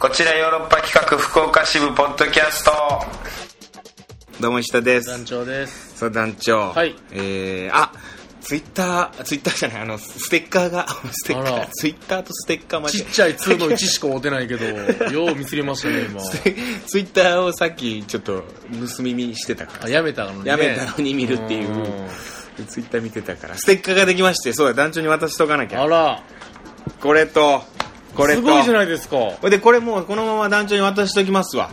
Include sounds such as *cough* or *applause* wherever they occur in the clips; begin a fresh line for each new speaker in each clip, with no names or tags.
こちらヨーロッパ企画福岡支部ポッドキャストどうも石田で
団
す
長です
さあ団長
はい
えー、あツイッターツイッターじゃないあのステッカーが *laughs* ステッカ
あ
ー
ら
ツイッターとステッカーま
ちっちゃい2の1しか追ってない
*laughs*
けどよう見すりましたね今
ツイッターをさっきちょっと盗み見してたから
あやめたのに、ね、
やめたのに見るっていうんツイッター見てたからステッカーができましてそうだ団長に渡しとかなき
あ
ゃ
ら
これとこれと
すごいじゃないですか
ほいでこれもうこのまま団長に渡しときますわ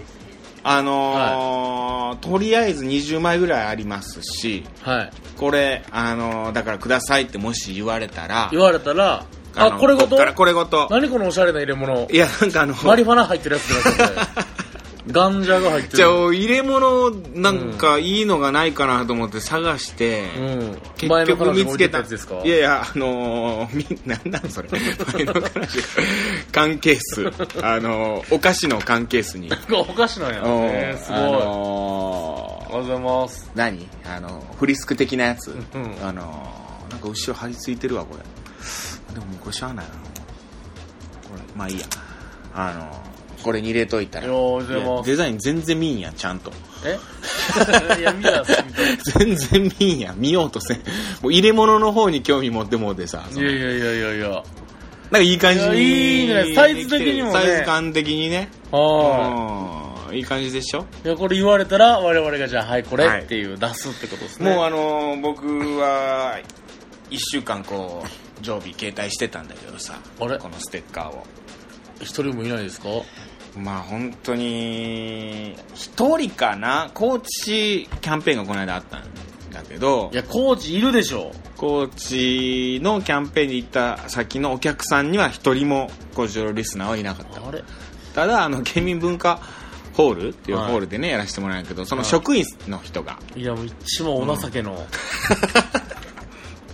あのーとりあえず20枚ぐらいありますし
はい
これあのーだからくださいってもし言われたら
言われたらあ
の
これご
僕
と
からこれごと
何このおしゃれな入れ物
いやなんかあの
マリファナ入ってるやつじゃなくてガンジャが入っ
*laughs*
て
じゃ
る
あ入れ物なんかいいのがないかなと思って探して、
うん
結局見つけた
前の彼女に置いてやつですか
いやいやあのー、みなんなん
*laughs*
それ前の彼女缶ケースあのーお菓子の缶ケースに、
お菓子なんやね
うん
すごい、
あ
あ
のー
りがとうございます
何あのフリスク的なやつ、
ん
あのなんか後ろ張り付いてるわこれでももうこれしゃあないなこれまあいいやあのこれに入れといたら
いやーでも
いやデザイン全然見んやちゃんと
え *laughs* いや
*laughs*
見たらすみたい
全然見んや見ようとせんもう入れ物の方に興味持ってもうてさそ
い
の
や
なん
いやいやいやいや
かいい感じに
いやいいじゃないサイズ的にもね
サイズ感的にね
は
うんいい感じでしょ
いいやこれ言われたら我々がじゃあはいこれ
はい
っていう出すってことですね
もうあのー僕は1週間こう常備携帯してたんだけどさ
あれ
このステッカーを
一人もいないですか
まあ本当に1人かな高知キャンペーンがこの間あったんだけど
いやコーチいるでしょ
高知のキャンペーンに行った先のお客さんには1人も高知のリスナーはいなかった
あれ
ただあの県民文化ホールっていう
はい
ホールでね、やらせてもらうんやけどその職員の人が
いやもう一番お情け
*laughs*
の、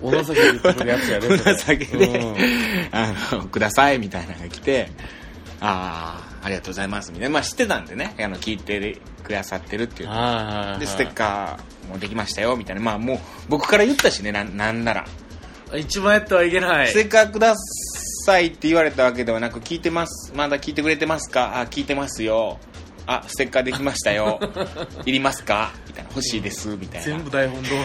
お情けで言ってくるや
*laughs*
つやで
ぶら下げで、
うん
あのくださいみたいなのが来てああありがとうございますみたいな、まあ、知ってたんでねあの聞いてくださってるっていう
はいはいはい
でステッカーもできましたよみたいなまあもう僕から言ったしねなんなんなら、
一番やってはいけない
ステッカーくださいって言われたわけではなく聞いてますまだ聞いてくれてますかあ聞いてますよあステッカーできました
*laughs*
よいりますかみたいな欲しいですみたいな
全部台本通り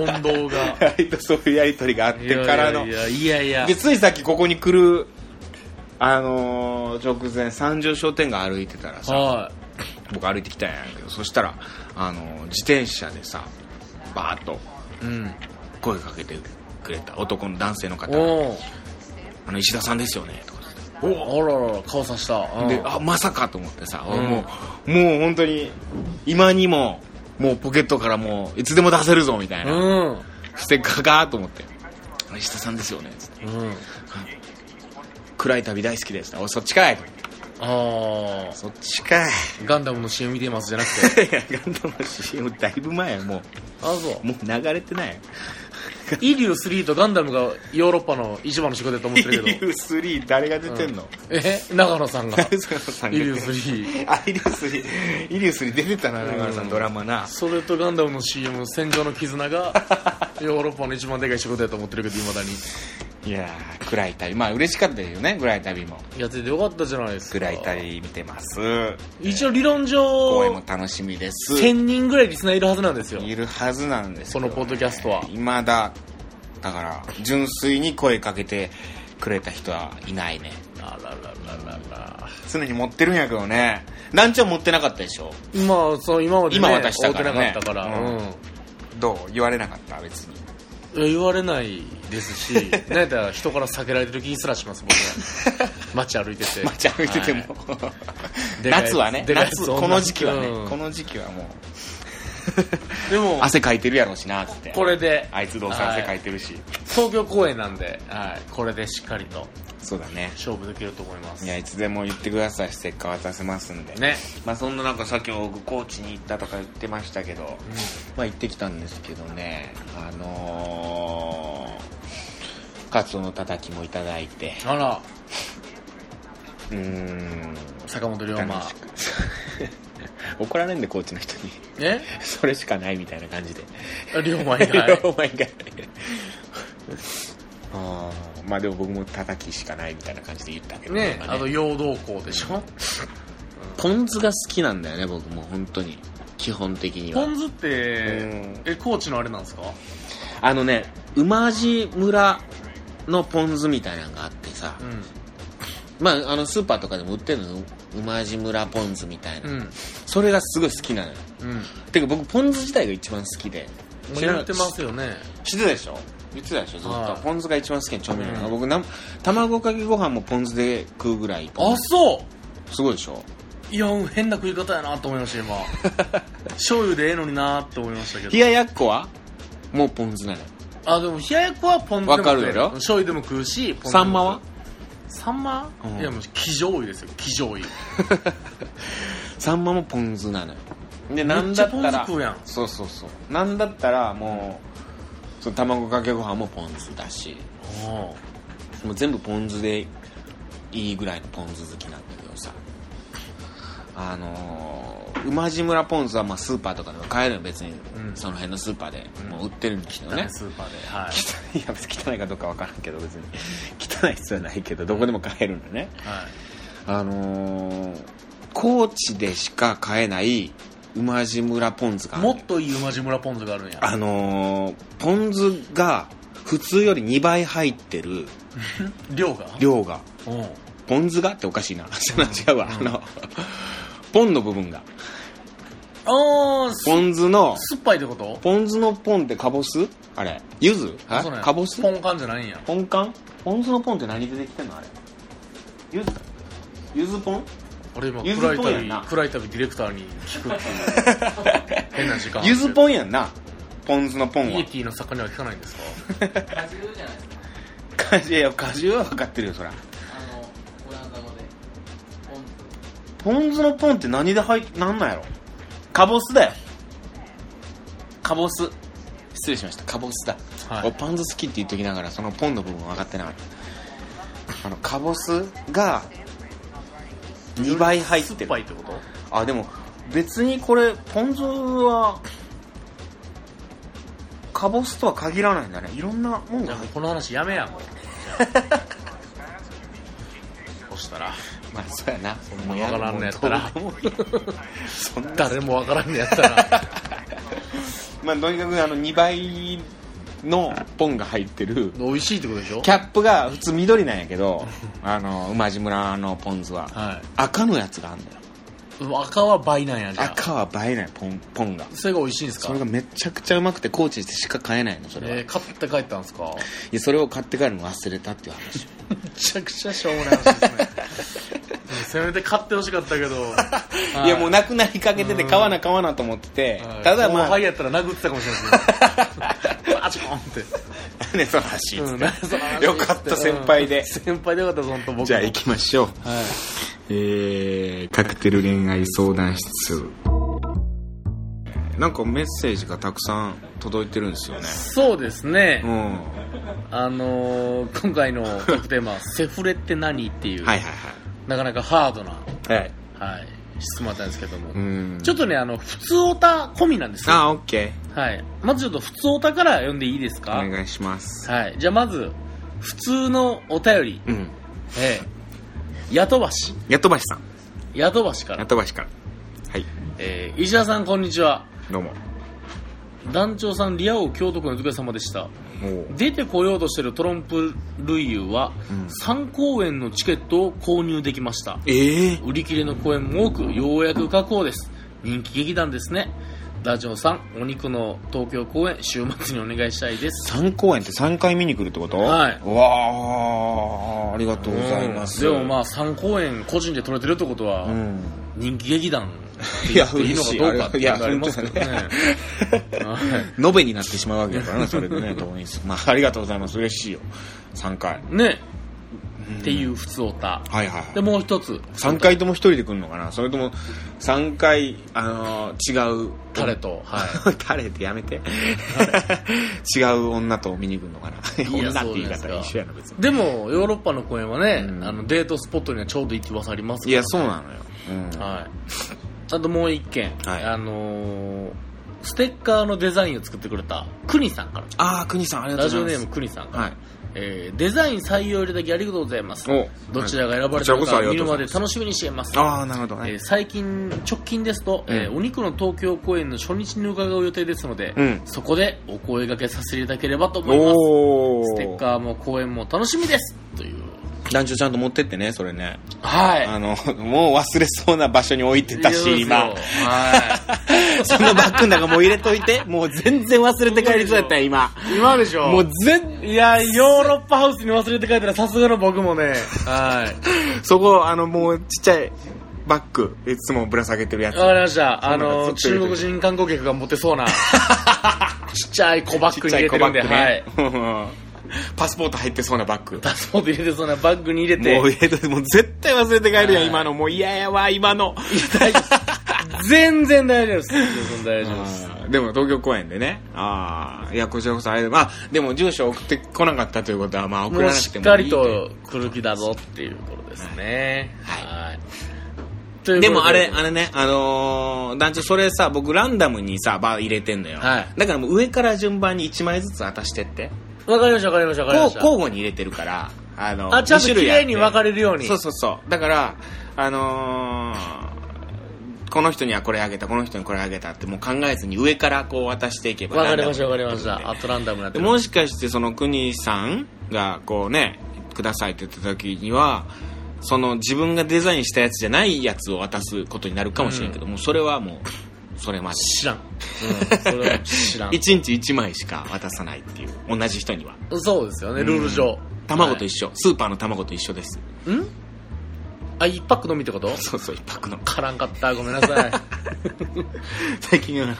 の
*laughs*
問答が
割とそういうやり取りがあってからの
いやいやいやいや
でついさっきここに来るあのー直前三条商店街歩いてたらさ
は
僕歩いてきたんやけどそしたら、あのー自転車でさバーッと
いうん
声かけてくれた男の男性の方が
おう
「あの石田さんですよね」とか
おあららら顔さしたうん
であまさかと思ってさ、
うん
もうもう本当に今にももうポケットからもういつでも出せるぞみたいな、
うん
ステッカーがと思って「あの石田さんですよね」つって
うん
「暗い旅大好きです」おいそっちかい」
ああ
そっちかい
ガンダムの CM 見てますじゃなくて
いやガンダムの CM だいぶ前やも
あそう
うもう流れて *laughs* ない
イリュー3とガンダムがヨーロッパの一番の仕事だと思ってる
*laughs*
けど
U3 誰が出てんの、
え長野さん
*laughs*
がイ
長野さんが
リュー3
あイリュースリーイリュースリー出てたな長野さんドラマな
それとガンダムの CM 戦場の絆がヨーロッパの一番でかい仕事だと思ってるけどいま
*laughs*
だに
いやー暗い旅まあ嬉しかったよね暗い旅も
やっててよかったじゃないですか
暗い旅見てます
一応理論
公演も
上
楽しみです
1000人ぐらいリスナーいるはずなんですよ
いるはずなんです
このポッドキャストはい
まだだから純粋に声かけてくれた人はいないね
あららららら
常に持ってるんやけどね団長持ってなかったでしょ
今その今まで、ね、
今渡した
会
か
うて
ら
な
ね
かったから、
う
うんん
どう言われなかった別に
いや言われないで
*laughs*
すしなんやったら人から避けられてる気すらします
*laughs*
僕は街歩いてて
街歩いてても、
でかい
*laughs* 夏はね
でかい
夏
そう
この時期はね、
うん
この時期はもう
でも
汗かいてるやろうしなっつって
これで
あいつどうせ汗かい
は
てるし、
東京公演なんで、はい、これでしっかりと
そうだね
勝負できると思います
いやいつでも言ってくださいステッカー渡せますんで
ね
まあそんな中さっきも僕高知に行ったとか言ってましたけど、まあ行ってきたんですけどねあのー、カツオのたたきもいただいて
あら
うーん
坂本龍馬
楽しく *laughs* 怒られんで高知の人に
え
*laughs* それしかないみたいな感じで *laughs*
龍馬以
いや
外
お前があーまあでも僕も叩きしかないみたいな感じで言ったけど
ね
なんか
あと陽動校でしょ
ポン酢が好きなんだよね僕も本当に基本的に
ポ
は
ン酢って
うん
え高知のあれなんですか
あのね馬路村のポン酢みたいなのがあってさ、
う
まああのスーパーとかでも売ってるのよ馬路村ポン酢みたいな、
んうん
それがすごい好きなのよ
うん
てか僕ポン酢自体が一番好きで
知られてま
知
すよね
知ってたでしょ言ってたでしょずっと、
はい
ポン酢が一番好きな調味料なの、
うん
僕な卵かけご飯もポン酢で食うぐらい
あそ
すごいでしょ
ういや変な食い方やなと思いました
*laughs*
今醤油でええのになって思いましたけど
冷ややっこはもうポン酢なの
あでも冷ややっこはポン酢でも
わかる
食え
やろ
醤油でも食うしポン酢でも食う
サンマは
サンマ、
うん
いやもう生醤油ですよ生醤油
サンマもポン酢なのよで
め
な
っ
ん
ち
だ
ゃ
ったら
ポン酢食うやん
そうそうそうなんだったらもうその卵かけご飯もポン酢だし
お
もう全部ポン酢でいいぐらいのポン酢好きなんだけどさあのー馬路村ポン酢はまあスーパーとかでも買えるよ別に、
うん
その辺のスーパーで
うん
もう売ってるんですけど
う
ね、
スーパーではい、
*laughs* 汚いいや別に汚いかどうかわからんけど別に *laughs* 汚い必要はないけどどこでも買えるんだね、
はい、
あのー高知でしか買えない馬路村ポン酢があるの
も
よ
っといい馬路村ポン酢があるんや
あのーポン酢が普通より2倍入ってる
量が
量が
うん
ポン酢がっておかしいな違うわ、あのポンの部分が
ああ
ポン酢の
酸っぱいってこと
ポン酢のポンってカボスあれ柚子
あそうなんや
カボス
ポンカンじゃないんや
ポンカンポン酢のポンって何でできてんのあれ柚子柚子ポン
俺今
ゆず
暗い
ぽんやんな
旅暗い旅ディレクターに聞くっていう
*laughs*
変な時間
柚子ポンやんなポン酢のポン
*laughs* イエ
は
ティの作家には聞かないんですか
果汁じゃないですか
果汁いや果汁は分かってるよそら
あのオランダ語でポン
ポン酢のポンって何で入っなんなんやろカボスだよカボス失礼しましたカボスだ、
はい
おパン酢好きって言っときながらそのポンの部分分かってなかったあのカボスが2倍入っ
酸って
る
ぱいってこと
あでも別にこれポン酢はカボスとは限らないんだねいろんなもん
じ
が
ゃあも
入
う
っ
この話やめやもう *laughs* そしたら
まあそうやなそ
んなわからんのやったら
*laughs* そんな
誰もわからんのやったら
まあとにかくあの2倍のポンが入ってる
*laughs* 美味しいってことでしょ
キャップが普通緑なんやけ
*laughs*
どあの馬路村のポン酢は、
は
赤のやつがあんだよ
い赤は倍なんやじゃあ
赤は映えないポンポンが
それが美味しいんですか
それがめちゃくちゃうまくて高知でしか買えないのそれは、
えー、買って帰ったんですか
いやそれを買って帰るの忘れたっていう話
*laughs* めちゃくちゃしょうもない話ですねせめて買ってほしかったけど、
いやもう
な
なくなりかけてて買わな買わなと思っててた
ただ
だ
ま
ま
あ
あ
後輩やったら殴ってたかもしれない
*laughs*
ですよバチコンって
何 *laughs* ねその話
うん何その話
よかった先輩で
うん先輩でよかった本当僕も
じゃあ行きましょう
はい
えー、カクテル恋愛相談室なんかメッセージがたくさん届いてるんですよね
そうですね、
うん
あのー今回のトークテーマは「セフレって何?」っていう、
はいはい
なかなかハードな、
はいはい
はい、質問だったんですけども、
うん
ちょっとねあの普通オタ込みなんですよ、
あオッケ
はい、まずちょっと普通オタから読んでいいで
ー
すか
お願いします
はい、じゃあまず普通のお便り、
うん
ええ、ヤトバシ
やとばしさん
ヤトバシか
や
ら、
とばしからはい
えー、石田さんこんにちは
どうも
団長さんリア王京都区のお疲れ様でした
おー
出てこようとしてるトランプ類遊は、
うん
3公演のチケットを購入できました
ええ
売り切れの公演も多くようやく確保です人気劇団ですねダチョウさんお肉の東京公演週末にお願いしたいです
3公演って3回見に来るってこと
はいう
わーありがとうございます
うんでもまあ3公演個人で取れてるってことは、
うん
人気劇団って
いや
言っていいのかどうかっていうのがありますけどね
*laughs* いや本
はい
延べになってしまうわけだから *laughs* ねそれでねどうにまあありがとうございます嬉しいよ3回
ねっていう普通オタ
はいはいはい
でもう一つ
3回とも1人で来るのかなそれとも3回、あのー違う *laughs*
タレとはい
い誰ってやめて *laughs* 違う女と見に来るのかな女って言い方は一緒やな別に
でもヨーロッパの公演はね、
うん
あのデートスポットにはちょうど行き噂ありますか
い
ら
やそうなのよ、うん
はいあともう一件、
はい
あのーステッカーのデザインを作ってくれたクニさんから
ああ国さんありがと
ラ
うござ
ジ
います
オネームクニさんから、
はい
えーデザイン採用入れたギャリがとうございます
お
どちらが選ばれたの
こちらこそあ
か
りが
見
とう
る
ご
ま
ざい
で
ます
楽しみにしています
ああなるほどね、
えー最近直近ですと、えー
う
お肉の東京公演の初日に伺う予定ですので、
うん
そこでお声掛けさせていただければと思います
おお
ステッカーも公演も楽しみですという
団長ちゃんと持ってってねそれね
はい
あのもう忘れそうな場所に置いてた
い
し
いですよ
今
は
*laughs* そのバッグの中もう入れといてもう全然忘れて帰りそうやったよ今
い今でしょ
もう全
いやヨーロッパハウスに忘れて帰ったらさすがの僕もねはい
そこあのもうちっちゃいバッグいつもぶら下げてるやつ
わかりました。あ
そんな
の、
のずっと
中
入れ
国
て
人観光客が持っ
*laughs*
てそうな、ちっちゃい小バッグに入れてるんで、はい。
はい *laughs* パスポート入ってそうなバッグ
パスポート入れてそうなバッグに入れ
もう
て、
入れといてもう絶対忘れて帰るや
は
ん
い
今のもう嫌やわ今 *laughs* の
*laughs* 全然大丈夫です。全然大丈夫です。
あーでも東京公演でねああいやこちらこそあれまあでも住所送ってこなかったということはまあ送
も
ら
う
なくて
しっ
もいい
かりと来る気だぞっていうことですね。はい。ということ
でもあれ、あれね、あのー団長、それさ、僕ランダムにさ、バー入れてんのよ。
はい
だからもう上から順番に1枚ずつ渡してって。
わかりました、わかりました、わかり
こう
ま
交
した。
互に入れてるから、あの、
あ、ちゃんと
二
綺
種類あって
麗に分かれるように。
そうそうそう。だから、あのーこの人にはこれあげた、この人にこれあげたってもう考えずに上からこう渡していけば
わかりました、
ランダムに
わかりました。アットランダムになって
で
る
もしかしてその国さんがこうねくださいって言った時にはその自分がデザインしたやつじゃないやつを渡すことになるかもしれんけど、もうそれはもうそれまで
知らん。うん、それは知
*laughs*
*laughs* らん。
1日1枚しか渡さないっていう同じ人には
そうですよね、ルール上。
卵と
一
一
緒
緒、スーパーの卵と一緒です
んあ、一泊のみ *laughs* ってこと
そうそう一泊の
*laughs* からんかった。ごめんなさい。 *laughs* あ
最近、あの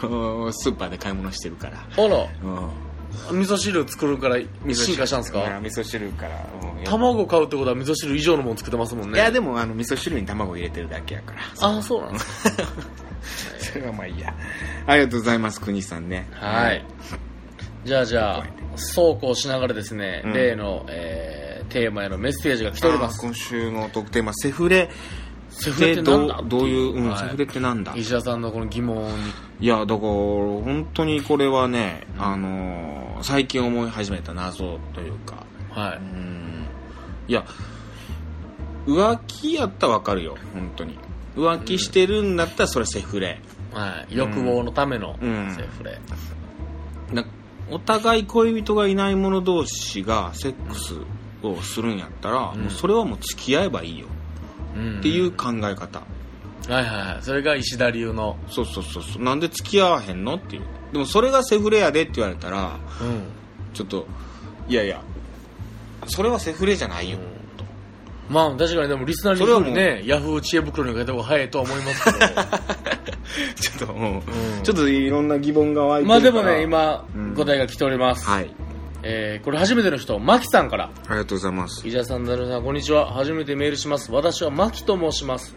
ースーパーで買い物してるから
ら、
うん
味噌汁作るから進化したんです
いや
か
味噌汁から、うん
卵買うってことは味噌汁以上のもの作ってますもんね。
いやでもあの味噌汁に卵入れてるだけやから
ああ、そうなんですか。
*laughs* それはまあいいやありがとうございます国さんね
はい。じゃあじゃあ、そうこうしながらですね、
うん
例の、えー、テーマへのメッセージが来ております
あー。今週の特典はセフレ
セフレってなんだ
でどうどういう、うん
はい
セフレってなんだい
石田さんのこの疑問に。
やだから本当にこれはね、あのー最近思い始めた謎というか
は
う
い。
んいや浮気やったらわかるよ本当に浮気してるんだったらそれセフレ、
はい。欲望のための
うん
セフレ。
なお互い恋人がいない者同士がセックスをするんやったら、
うん
もうそれはもう付き合えばいいよ
うん
っていう。考え方、
はいはいはい。それが石田流の。
そうそうそうそうなんで付き合わへんのっていうでもそれがセフレやでって言われたら
うん。
ちょっといやいやそれはセフレじゃないよ、
まあ確かにでもリスナーに
それはもう
ね、ヤフー知恵袋に書いた方が早いとは思いますけ
*laughs* ちょ
ど。
っと、うん
ん
ちょっといろんな疑問が湧いてる
まあで
か
も
ら
ね、今
うん、
答えが来ております。
はい
えーこれ初めての人、マキさんから。
ありがとうございます
伊沢さん、ダルさん、こんにちは。初めてメールします。私はマキと申します。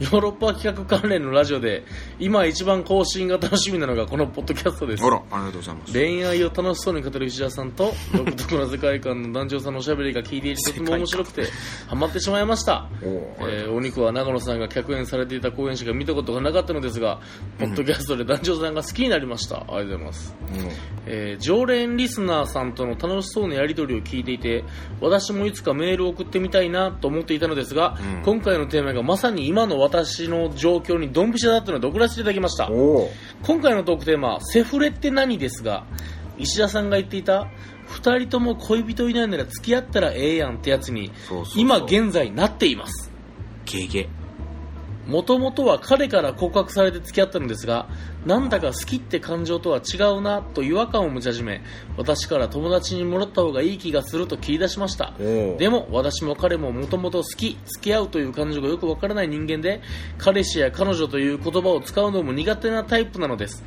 ヨーロッパ企画関連のラジオで、今一番更新が楽しみなのがこのポッドキャストです
あ。らありがとうございます
恋愛を楽しそうに語る石田さんと独特な世界観の男女さんのおしゃべりが聞いていてとても面白くてハマってしまいました
おーありがとうございます
えーお肉は長野さんが客演されていた公演しか見たことがなかったのですがポッドキャストで男女さんが好きになりましたありがとうございます、えー常連リスナーさんとの楽しそうなやり取りを聞いていて私もいつかメールを送ってみたいなと思っていたのですが、
うん
今回のテーマがまさに今の私の状況にドンピシャだったので送らせていただきました
うんおー
今回のトークテーマ「セフレって何?」ですが石田さんが言っていた2人とも恋人いないなら付き合ったらええやんってやつに
そうそうそう
今現在なっています
ゲゲ
もともとは彼から告白されて付き合ったのですがなんだか好きって感情とは違うなと違和感を持ち始め私から友達にもらった方がいい気がすると切り出しました
お
でも私も彼ももともと好き付き合うという感情がよくわからない人間で彼氏や彼女という言葉を使うのも苦手なタイプなのです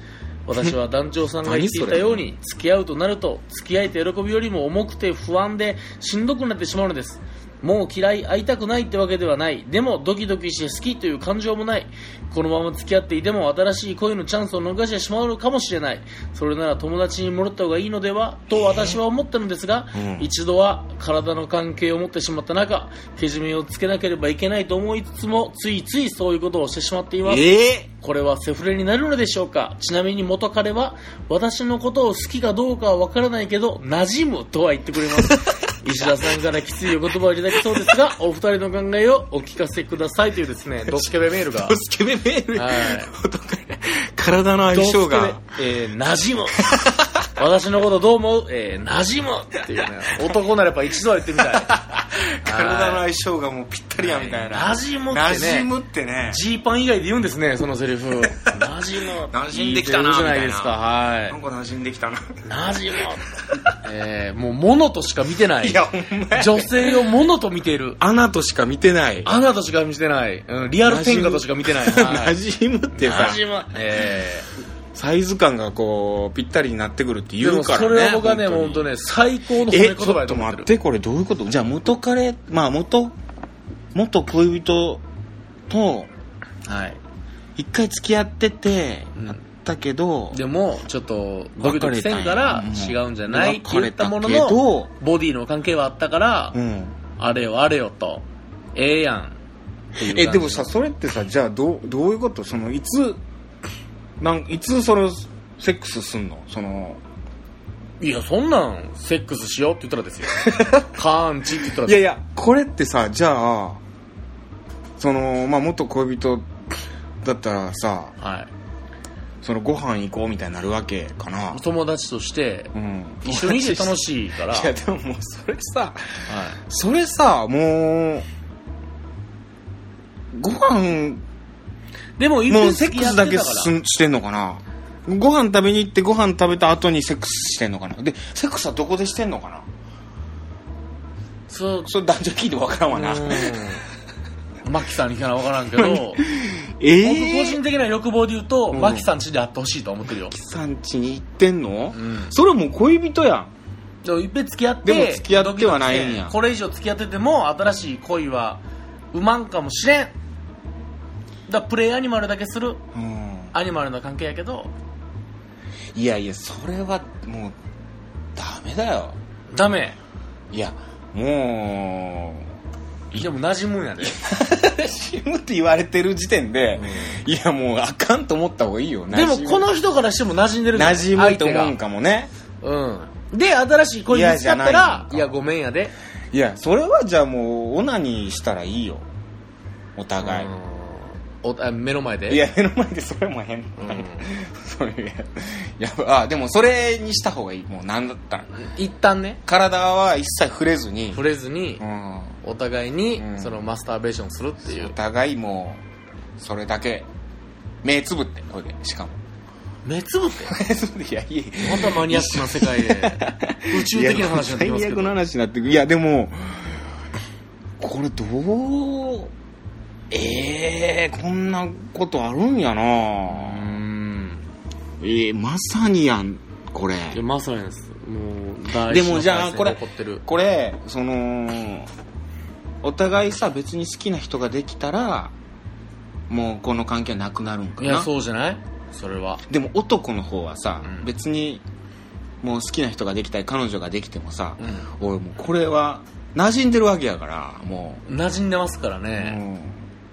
私は団長さんが言っていたように付き合うとなると付き合えて喜びよりも重くて不安でしんどくなってしまうのですもう嫌い会いたくないってわけではないでもドキドキして好きという感情もないこのまま付き合っていても新しい恋のチャンスを逃してしまうのかもしれないそれなら友達にもらった方がいいのではと私は思ったのですが、
うん
一度は体の関係を持ってしまった中けじめをつけなければいけないと思いつつもついついそういうことをしてしまっています
え
これはセフレになるのでしょうかちなみに元彼 *laughs* は私のことを好きかどうかはわからないけど馴染むとは言ってくれます石田さんからきついお言葉をいただきそうですが、お二人の考えをお聞かせくださいというですね、ドスケベメー *laughs* ルが
ド。スケベメール、
はい
体の相性が。
ドスケベえー、なじむ。私のことどう思うえー、なじむっていうね、 *laughs* 男ならやっぱ一度 *laughs* は言ってみたい。
体の相性がもうぴったりやみたいな。
なじむってね。
なじむってね。
ジーパン以外で言うんですね、そのセリフ。なじむ。
*laughs* 馴染んできたな
言うじゃないですか、は
なんか馴染んできたな。
い。なじむ。えー、もう、ものとしか見てない。
いや、ほんまや。
女性をものと見ている。
アナとしか見てない。
アナとしか見てない。うん、リアル天下としか見てない。
*laughs* 馴
じ
染むってさ
な、じむ。え
サイズ感がこう、ぴったりになってくるって
ー、で
言う
も
からね。
それは僕はね、
本当に
本当ね、最高の褒め
え
言
ち
葉
ょっ
やと
と
思っ
待
て
っ
る。
てこれどういうことじゃあ元彼まあ元元恋人と
はい。
一回付き合ってて、
うん
あったけど
でも、ちょっと、ドキドキせんから、
別れ
違
た
うんじゃないって言ったもの
別れたけど
の、ボディの関係はあったから
う、ん
あれよあれよと、ええやん。っていう感じ
えでもさそれってさじゃあどうどういうことそのいつなんいつそのセックスすんのその
いや、そんなん、セックスしようって言ったら
*laughs*
ですよ。カーンチって言ったら
いやいやこれってさじゃあそのまあ元恋人だったらさ
はい。
そのご飯行こうみたいになるわけかな
お、友達として、
うん、
一緒にいて楽しいから、
い
は
や
い。
でももうそれさそれさもうご飯
でも、
もう
一
セ
セ
ッ
ッ
ク
ク
ス
ス
だ
だ
け
け
す
す
してんのかなご飯食べに行ってご飯食べた後にセックスしてんのかなでセックスはどこでしてんのかな
そう、
それ男女聞いてわからんわな
うんマキさんにかなわから
*laughs*
んけど、
え
僕
え
個人的な欲望で言うと、
うん
マキさんちで会ってほしいと思ってるよ。
さん家に行ってんの、
うん
それもう恋人やん
でも、いっぺん付き合って、
でも付き合ってはないんや
ドキドキしてこれ以上付き合ってても、新しい恋は、うまんかもしれん。だからプレイアニマルだけする、
うん
アニマルの関係やけど、
いやいやそれはもうダメだよ
ダメ。
いやもう
でも馴染むんやで。
*laughs* 死ぬって言われてる時点で、いやもうあかんと思った方がいいよ
でもこの人からしても馴染んでるじゃん
馴染むと思う
相
んかもね
手がうん。で、新しい恋見つか
嫌
った
じゃない
ら
の、か
いや、ごめんやで。
いやそれはじゃあもうオナニーしたらいいよお互い、
うんおあ目の前で。
いや目の前でそれも変、
ん
*laughs* そういうやばあでもそれにした方がいいもうなんだったら
一旦ね、
体は一切触れずに、
触れずに
う、ん、
お互いに
う、ん
そのマスターベーションするってい
お
う。
互いもうそれだけ目つぶってこれでしかも
目つぶって。
目つぶっていやいい
またマニアックな世
*laughs*
界で、宇宙的な話になってきます
最
け
悪の
ど。
話になってくるいやでもこれどうええこんなことあるんやな
うん。
ええまさにやんこれ
いやまさにです。もう、大
でもじゃあこれ
怒ってる。
これそのお互いさ別に好きな人ができたらもうこの関係はなくなるんか
い
な
や、そうじゃないそれは。
でも男の方はさ、
うん
別にもう好きな人ができたり彼女ができてもさ、
う
俺もうこれは馴染んでるわけやからもう
馴染んでますからね。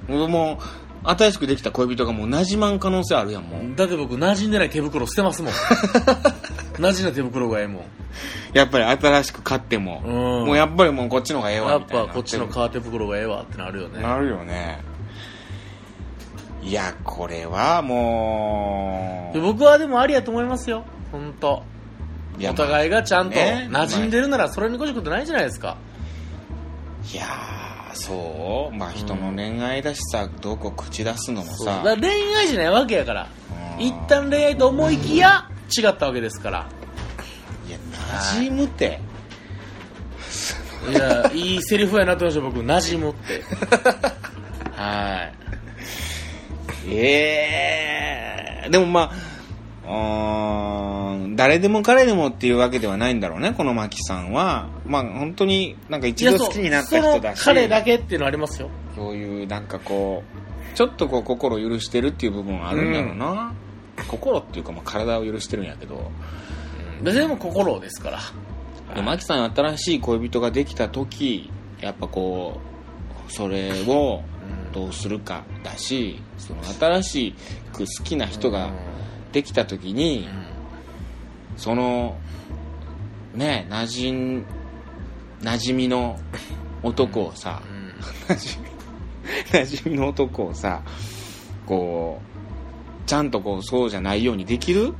うん、俺も新しくできた恋人がもうなじまん可能性あるやんもう、
だって僕馴染んでない手袋捨
*laughs*
てますもん馴染んだ手袋がええもん
やっぱり新しく買っても、
うん
もうやっぱりもうこっちの方がええ
や
わ
っ
みたいな
ぱこっちの革手袋がええわってなるよね
なるよねいやこれはも
で
う
僕はでもありやと思いますよ本当
いや
お互いがちゃんと
ね
馴染んでるならそれに越したことないじゃないですか
いやーそうまあ人の恋愛だしさどうこう口出すのも
そうだ
さ
から恋愛じゃないわけやから
うん
一旦恋愛と思いきや違ったわけですから
いや馴染むって
いやいいセリフやなと思いました僕馴染むって
*laughs*
はい
ええでもまあ、うーん、誰でも彼でもっていうわけではないんだろうね、このマキさんは。まあ本当になんか一度好きになった人だし、
その彼だけっていうのありますよ
そういうなんかこう、ちょっとこう心を許してるっていう部分はあるんだろうな。心っていうかまあ体を許してるんやけど、
別にでも心ですから
でマキさん新しい恋人ができた時、やっぱこう、それをどうするかだし、その新しく好きな人ができた時に、
うん
そのね馴染ん馴染みの男をさ、馴染み *laughs* 馴染みの男をさこうちゃんとこうそうじゃないようにできる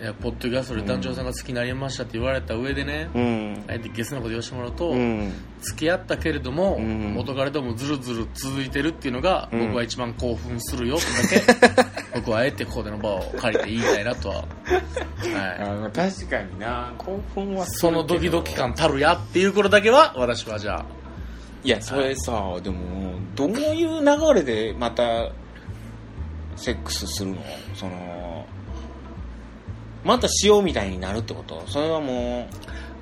いやポッドキャストで団長さんが好きになりましたって言われた上でね、
うん
あえてゲスなこと言わせてもらうと、
うん
付き合ったけれども、
うん
元彼ともずるずる続いてるっていうのが、
うん
僕は一番興奮するよっ
*laughs*
てだけ僕はあえてここでの場を借りて言いたいなとは、はい、
あ確かにな興奮は
そのドキドキ感たるやっていうことだけは私はじゃあ
いやそれさでもどういう流れでまたセックスするのそのまたしようみたいになるってことそれはも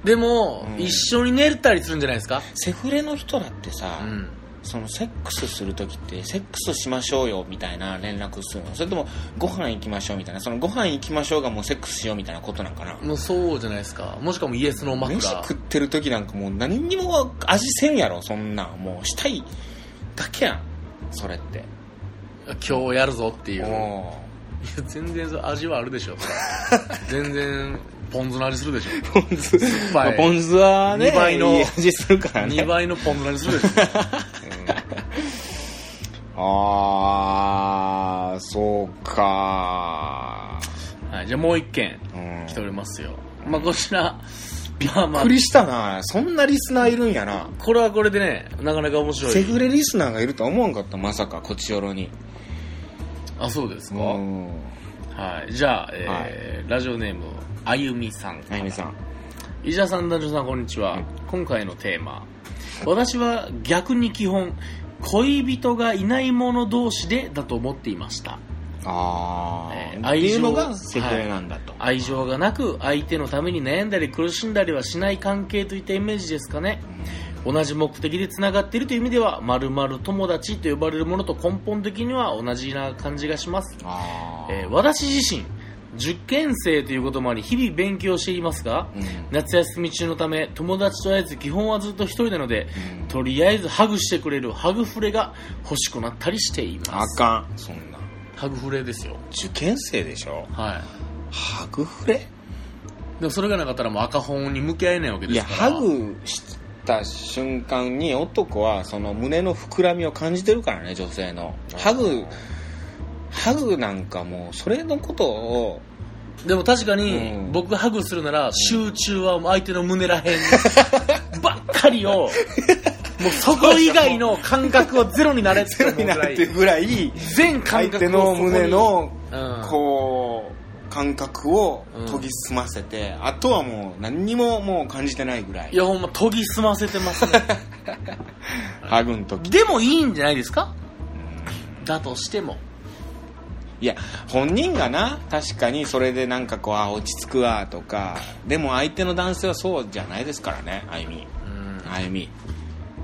う
でも、
うん
一緒に寝れたりするんじゃないですか、
セフレの人だってさ、
うん、
そのセックスする時ってセックスしましょうよみたいな連絡するのそれともご飯行きましょうみたいなそのご飯行きましょうがもうセックスしようみたいなことなんかな
もうそうじゃないですかもしかもイエスの枕
飯食ってる時なんかもう何にも味せんやろそんなんもうしたいだけやんそれって
今日やるぞっていういや
も
全然そう味はあるで
*laughs*
しょ全然ポン酢の味するでしょ
うポ
*laughs*
ン酢
ぱ
ま
い
あポン酢はね
二倍の
いい味するからね
2倍のポン酢の味するでしょ
ああそうか
はい、じゃあもう一件
うん
来ておりますよ、まあこちらまあまあ
びっくりしたなそんなリスナーいるんやな
これはこれでねなかなか面白
セ
い
フレリスナーがいるとは思わんかったまさかこちよろに
あそうですか、
うん
はいじゃあ、えーラジオネームあゆみさん
あゆみさん
伊沢さん、男女さん、こんにちは。今回のテーマ。私は逆に基本、恋人がいない者同士でだと思っていました。
あ
え
あ
ー
って
愛
い
情
うのがセフレなんだと、
愛情がなく、相手のために悩んだり苦しんだりはしない関係といったイメージですかね。同じ目的で繋がっているという意味では、〇〇友達と呼ばれるものと根本的には同じな感じがします。
あー
えー私自身、受験生ということもあり、日々勉強していますが、
うん
夏休み中のため友達と会えず基本はずっと一人なので、
うん
とりあえずハグしてくれるハグフレが欲しくなったりしていま
あ
す
かんそんな
ハグフレですよ
受験生でしょ
は
ハグフレ
いでもそれがなかったらもう赤本に向き合えないわけで
いや
すから
ハグした瞬間に男はその胸の膨らみを感じてるからね女性のハグハグなんかもうそれのことを
でも確かに
うん
僕がハグするなら集中はもう相手の胸ら
*laughs*
へんばっかりをもうそこ以外の感覚はゼロになれって思う
*laughs*
ぐ
にな
ら
る
い
ぐらい
全感
相
覚
手
を
の胸の
そこにうん
こう感覚を研ぎ澄ませて、あとはもう何にももう感じてないぐらい
いやほんま研ぎ澄ませてます
*laughs*
ね
ハグの時
でもいいんじゃないですかだとしても
いや本人がな確かにそれでなんかこうあ落ち着くわとかでも相手の男性はそうじゃないですからねあゆみあゆみ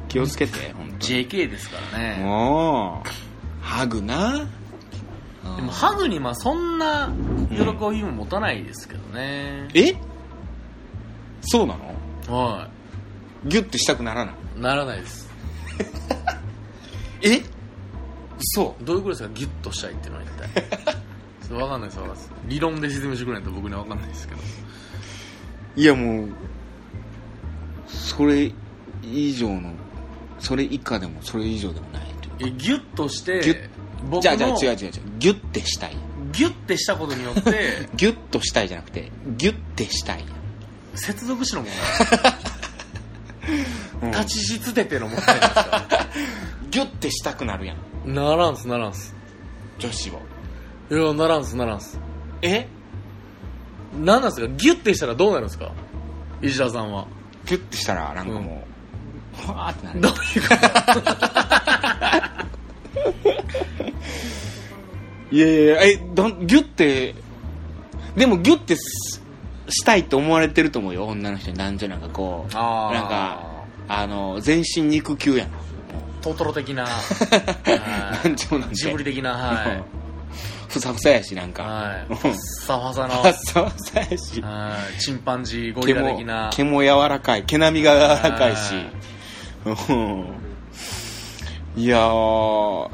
気をつけて本
JK ですから
当
ね
もうハグなうん
でもハグにまあそんな喜びも持たないですけどね、
えそうなの
は
ギュッてしたくならない
いならないです
え嘘
どういうことですかギュッとしたいっていうのは一体 *laughs* ちょっと分かんないです分かんないです理論で説明してくれないと僕には分かんないですけど
いやもうそれ以上のそれ以下でもそれ以上でもないという
えギュッとして
ギュッ
僕
じゃあ
の
じゃあ違う違う違うギュッてしたい
ギュッてしたことによって
ギュッとしたいじゃなくてギュッてしたい
接続詞の問
*laughs*
題、立ちしつてての問題なんですか
ギュッてしたくなるやん
ならんすならんす
女子を
いやならんすならんす
え
なんなんすかギュッてしたらどうなるんですか石田さんは
ギュッてしたらなんかもうふわーってなる
どういうこと *laughs*
いやいやいやえどんギュッてでもギュッてすしたいと思われてると思うよ女の人に男女なんかこう
あー
なんかあの全身肉球やん
トトロ的
*laughs*
な、は
団長なん
い、
て
ジブリ的なはい
ふさふさやしなんか
はい
うん
ファッサファ
*laughs*
サの
ふさふさやし
はいチンパンジーゴ
毛
リラ
も
的な
毛も柔らかい毛並みが柔らかいし
は
うんいやー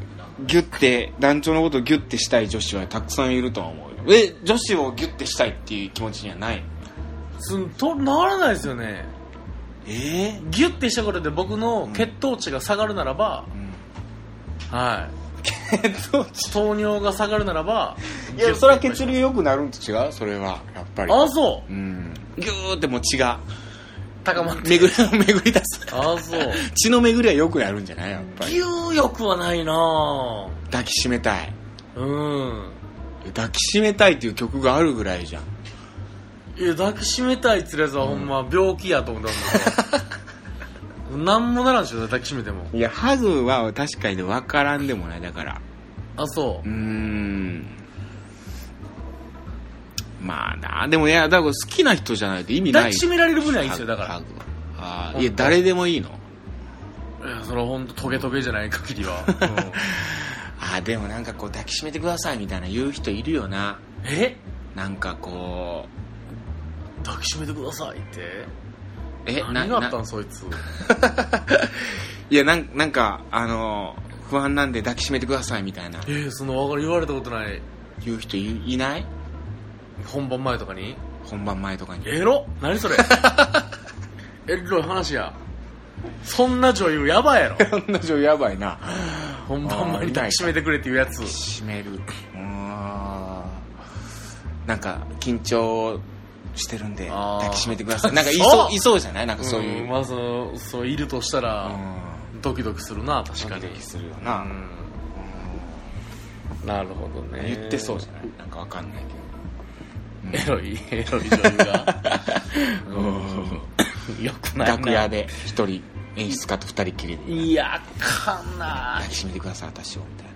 ギュッて団長のことをギュッてしたい女子はたくさんいるとは思うよえ女子をギュッてしたいっていう気持ちにはない
すんとならないですよね
えー
ギュッてしたことで僕の血糖値が下がるならば、
うん
は
えっと
い、糖尿が下がるならば
いやそれは
ギュッて
血流良くなるんと違うそれはやっぱり
あそう
うんギューってもう血が
高
*laughs*
まって
巡り巡り出す
あそう
血の巡りは良くなるんじゃないやっぱり
牛欲はないな
抱きしめたい
ぁうん
抱きしめたいっていう曲があるぐらいじゃん
いや抱きしめたいつらさ、ほんま病気やと思った
*laughs*
もんなんもならんでしょ抱きしめても
いやハグは確かに分からんでもないだから
あそうう
ーんまあなでもいやだから好きな人じゃないと意味ない
抱きしめられる分にはいいですよだ
ハ
か
グはあー
本当
いや誰でもいいの
らいやそれはほんとトゲトゲじゃない限
*laughs*
りは、
あーでもなんかこう抱きしめてくださいみたいな言う人いるよな
うんえ
なんかこう
抱きしめてくださいって
えな
何があった
なん
そいつ
いやなんなんかあの不安なんで抱きしめてくださいみたいな
えー、その分かる言われたことない
言う人いいない
本番前とかに
本番前とかに *laughs*
エロ何それ *laughs* エロい話やそんな女優やばい
*laughs*
やろ
そんな女やばいな
本番前に抱きしめてくれっていうやつ
締めるうーんなんか緊張してるんで
あー
抱きしめてくださいなんかい
そ
そうういそうじゃないなんか
そ
そうう
い
いうう、
ん
うん
まあそのそういるとしたらドキドキするな確かに
ドキドキするよな、
うんなるほどね
言ってそうじゃないなんかわかんない
エ
けど、*laughs*
ロいエロい女優が
うん
よくないな
楽屋で一人演出家と二人きりで
いやかな
抱きしめてください私をみたい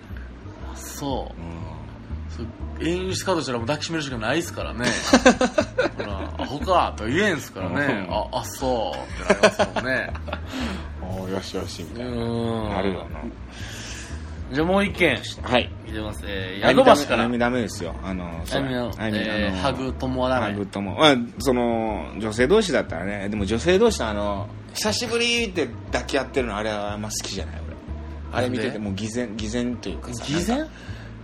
な
そ
うん
うそう演出家としたらもう抱きしめるしかないですか
*laughs*
らねほらアホかと言えんすからね
うん
ああそうってなりますもんね
おーよしよしみ
う
たいな、
ーん
なるよな
じゃあもう一件
はい
見てますえー宿橋から
あゆみダメですよあのそ
あ
う
ゆみの、
あゆみ
え
あ
ー
の
ハグ友なら
ハ
ない
グとも、まあ、その女性同士だったらねでも女性同士のあの「久しぶり!」って抱き合ってるのあれはあんま好きじゃない俺あれ見て
なんで
てもう偽善偽善というかさ
偽善
なんか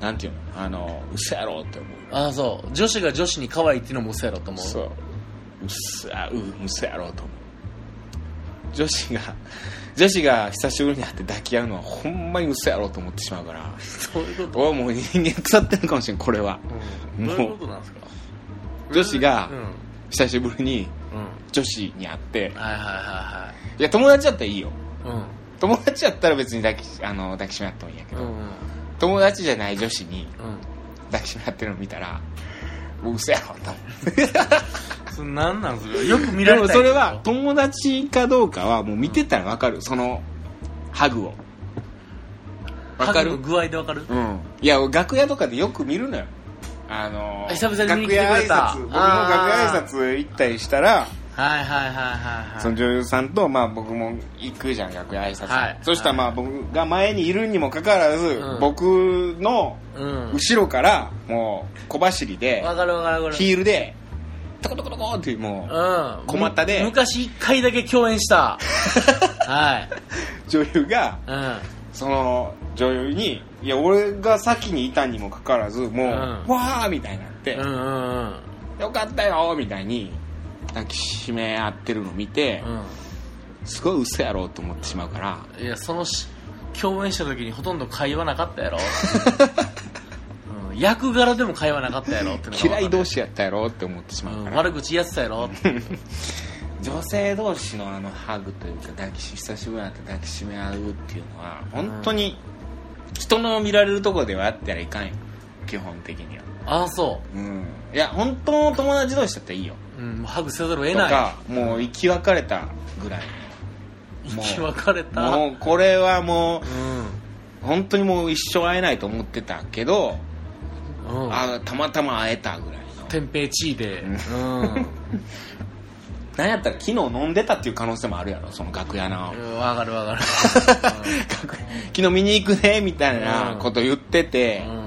なんていうのあの嘘やろって思う
ああそう女子が女子に可愛いっていうのも嘘やろと思う
そう嘘あう嘘やろと思う女子が女子が久しぶりに会って抱き合うのはほんまに嘘やろと思ってしまうから
そういうこと
俺はもう人間腐ってるかもしれんこれは
うん
も
どう
う
いうことなんですか
女子が
うん、うん、
久しぶりに女子に会って
はいはいはい
いや友達だったらいいよ
はい
友達やったら別に抱きあの抱きしめ合ってもいいんやけ
うん
ど、
うん
友達じゃない女子に *laughs*
うん
抱きしめ合ってるの見たらもう嘘やろと思
それ何なんそれよく
う
見
で
られた
も
い
それは友達かどうかはもう見てたら分かるそのハグを分か
ハグの
る
具合でわかる
うんいや楽屋とかでよく見るのよあの
久々に見に
楽
来て
屋
く
挨
れた
拶僕も楽
あー
屋挨拶行ったりしたら
はいはいはいはい
その
はい
女優さんと、まあ、僕も行くじゃん楽屋挨拶、
はい
そしたらまあ僕が前にいるにもかかわらず、
うん
僕の
うんわ
後ろからもう小走りで
かるわかるわかる
ヒールでトコトコトコっていうもう
うん
小股で
む昔一回だけ共演したはい
*laughs* 女優が
うん
その女優にいや俺が先にいたにもかかわらずもう、
うん
わーみたいになって、
うんうんうん
よかったよみたいに抱きしめ合ってるのを見て、
うん
すごい嘘やろうと思ってしまうから
いやそのし共演した時にほとんど会話なかっ
*laughs*
たやろ、うん、役柄でも会話なかったやろってのが分か
嫌
る
い同士やったやろうって思ってしまう
う
か
ん、
ら、
悪口言いやってたやろって
*laughs* 女性同士のあのハグというか抱きし久しぶりに会って抱きしめ合うっていうのは本当に人の見られるとこではあったらいかんよ基本的には
ああそ
うんいや本当の友達同士だったらいいよ
う、うん、もうハグせざる
と
を得ない
かもう生き別れたぐらい
生き別れた
もうこれはも
う
う本当にもう一生会えないと思ってたけど、
んうん
あたまたま会えたぐらいの
天平地位でうん、
なんやったら昨日飲んでたっていう可能性もあるやろその楽屋の
うん、わかるわかる
*laughs* 昨日見に行くねみたいなこと言ってて
う、ん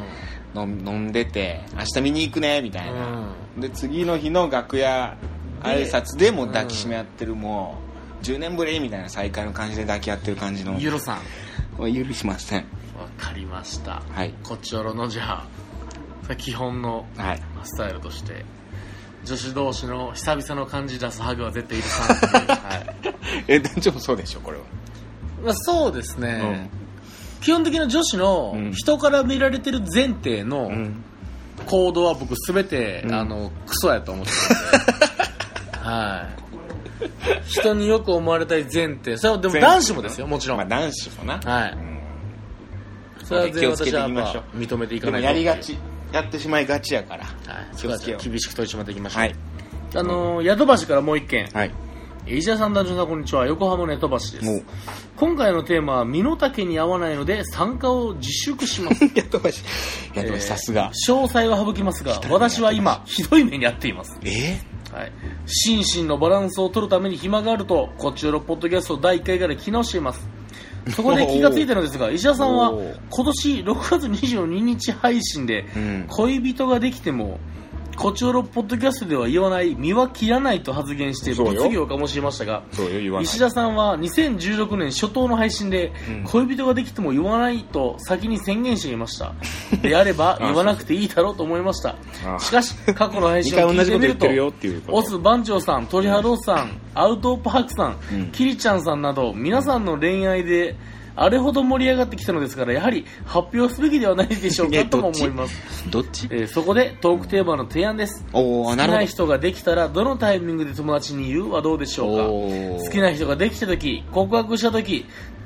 飲ん飲んでて明日見に行くねみたいな、で次の日の楽屋挨拶でもう抱きしめ合ってる、もう10年ぶりみたいな再会の感じで抱き合ってる感じの
うんユロさん
許しません
わかりました
はい
こっちおろのじゃあそれ基本の
はい
スタイルとして女子同士の久々の感じ出すハグは絶対許さ
*laughs*
ない、はい *laughs*
え団長もそうでしょこれは
まあ、そうですね、基本的な女子の
うん
人から見られてる前提の
うん
行動は僕全て、
うん
あのクソやと思って
*laughs*
たんではい人によく思われたい前提それはでも
前提
男子もですよもちろん、
まあ男子もな
はい
うん
それは全
気
員
をつけ
私
てい
はや
き
っ
ましょう
ぱ認めてい
でも
かないと
やりがちやってしまいがちやから
はい、
気
そ
を
こは
つけ
ちょ
よ
っ
う
と厳しく取り締まっていきましょう、
はい
あのーヤドバシからもう一件
はい
石田さん、男女さん、こんにちは。横浜のヤドバシで
もう
す。今回のテーマは、身の丈に合わないので、参加を自粛
*laughs*
します。
やっとばしやっとばしさすが
詳細は省きますが、私は今、ひどい目に遭っています。
え
はい。心身のバランスを取るために暇があると、こっちよろポッドキャストを第1回から聞き直しています。そこで気がついたので
*laughs*
すが、石田さんは
おー、
今年6月22日配信で、
うん
恋人ができても、こっちよろポッドキャストでは言わない、身は切らないと発言して、
そうよ
物議を醸しましたが、
そうよ言わない
石田さんは2016年初頭の配信で、
うん
恋人ができても言わないと先に宣言していましたであれ
*laughs*
ば言わなくていいだろうと思いました
あ
しかし過去の配信を
二回同
聞い
じこ
て
と
み
言
る
って
と
るよっていうこと
オス番長さん鳥羽郎さんアウトパークさん、
うん
キリちゃんさんなど皆さんの恋愛であれほど盛り上がってきたのですからやはり発表すべきではないでしょ
*laughs*
う
いや
かとも
どっち
思います、
どっち
えーそこでトークテーマの提案です
おお
好き
なるほ
な
ど
人ができたらどのタイミングで友達に言うはどうでしょうか
おー
好きな人ができた時告白した時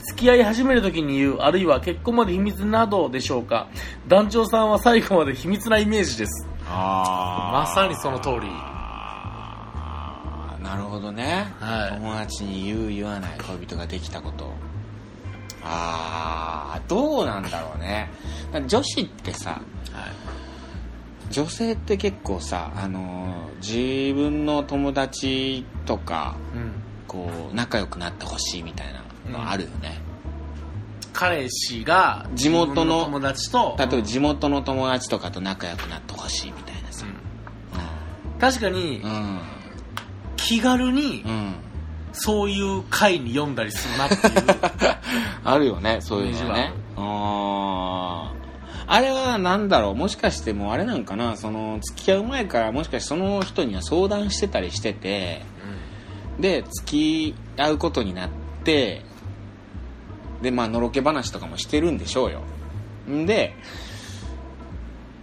付き合い始める時に言うあるいは結婚まで秘密などでしょうか団長さんは最後まで秘密なイメージです
あ
まさにその通り
あーなるほどね、
はい
友達に言う言わない恋人ができたことああどうなんだろうね女子ってさ女性って結構さ、あのー自分の友達とか
うん
こう仲良くなってほしいみたいなのあるよね、
彼氏が
地元の
自分友達と
例えば地元の友達とかと仲良くなってほしいみたいなさ
うん確かに
うん
気軽に
うん
そういう回に読んだりするなって *laughs* いう
あるよねそういうのはねあーあれはなんだろうもしかしてもうあれなんかなその付き合う前からもしかしてその人には相談してたりしててで付き合うことになってでまあのろけ話とかもしてるんでしょうよんで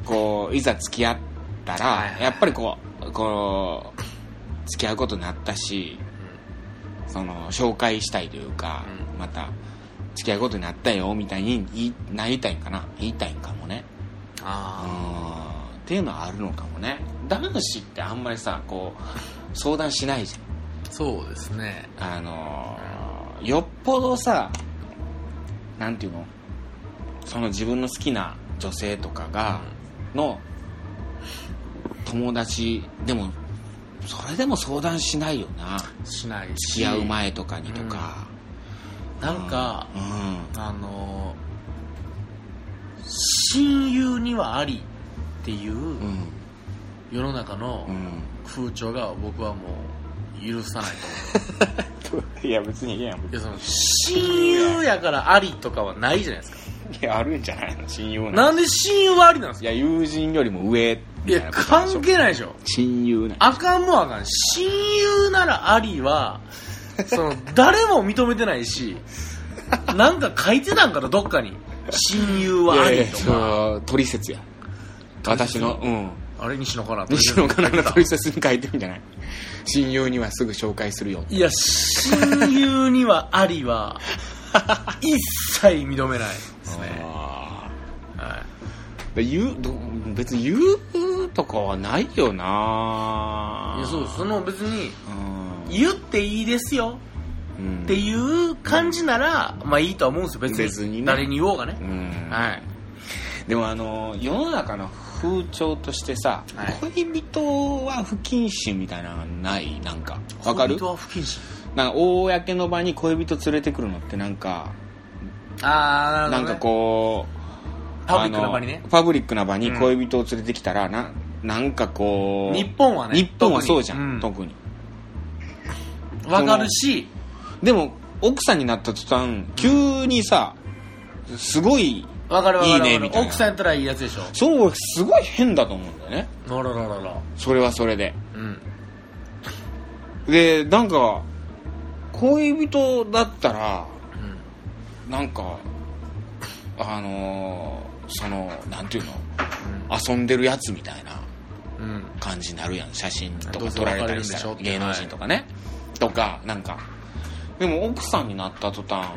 こういざ付き合ったら、
はいはい
やっぱりこうこう付き合うことになったしその紹介したいというか、また付き合うことになったよみたいに言いなりたいんかな言いたいんかもね
あ
うんっていうのはあるのかもね男子ってあんまりさこう相談しないじゃん
あそうですね
あのーよっぽどさなんていうのその自分の好きな女性とかがの友達でもそれでも相談しないよな
しないし
付き合う前とかにとか、
なんか
うん
あの親友にはありっていううん世の中の
うん *laughs*
風潮が僕はもう許さないと思
いや別にいや
*laughs* ういやその親友やからありとかはないじゃないですか
いやあるんじゃないの親友
なんで親友はありなんです
い
か
や友人よりも上
い
みたい
や
なことなんでしょ
関係ないでしょ
親友な
あかんもんあかん親友ならありはそ *laughs* の誰も認めてないしなんか書いてたんかなどっかに親友はありと
いやい
か
やそうトリセツや私のうん
あれ西野かな
西野カナのトリセツに書いてるんじゃない親友にはすぐ紹介するよ
いや、親友にはあり *laughs* は、一切認めないですね。
あ
は。
ーだ言うど別に言うとかはないよない
いや、そうです。その別に、
うん
言っていいですよ
うん
っていう感じなら、まあいいとは思うんですよ、別に。
別にね
誰に言おうがね
う。ん
はい。
でもあの世の中の風潮としてさ、
はい
恋人は不謹慎みたいなのないなんかわかる
恋人は不謹慎。
なんか公の場に恋人連れてくるのってなんか、
あー、な
なん
る
か
ほど、ね。
こう
パブリックな場にね
あのパブリックな場に恋人を連れてきたら、ななんかこう
日本はね
日本はそうじゃん
特
特に,、
わかるし、
でも奥さんになった途端急にさすごい
わかるわかるわかる
いいねみたいな
奥さんやったらいいやつでしょ。
そうすごい変だと思うんだよね
あらららら。
それはそれで
うん。
でなんか恋人だったらなんかあのーそのなんていうの遊んでるやつみたいな
うんうん
感じになるやん写真と
どう
か
せ
撮られたりしたら
別れ
芸
るんでし
能
ょって
人とかね、とかなんかでも奥さんになった途端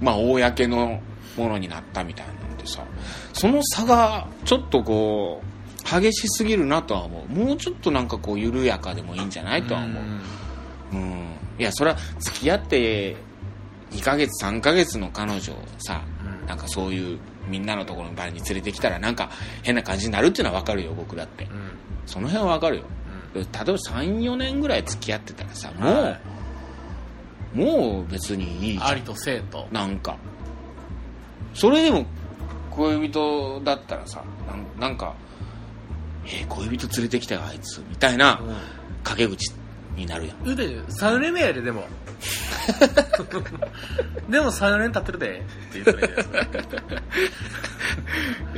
まあ公のものになったみたいなんでさその差がちょっとこう激しすぎるなとは思うもうちょっとなんかこう緩やかでもいいんじゃないとは思ううんいやそれは付き合って2ヶ月3ヶ月の彼女をさ
うん
なんかそういうみんなのところの場に連れてきたらなんか変な感じになるっていうのは分かるよ僕だって
うん
その辺は分かるよ
う
例えば34年ぐらい付き合ってたらさ
ん
もう、
はい
もう別にいいじゃ
あ
ん
りと生と
なんかそれでも恋人だったらさなんなんか「えー恋人連れてきたよあいつ」みたいな陰口になるやん
言うてんよ3年目や
*laughs*
ででもでも3年経ってるでって言ったらいいじゃないで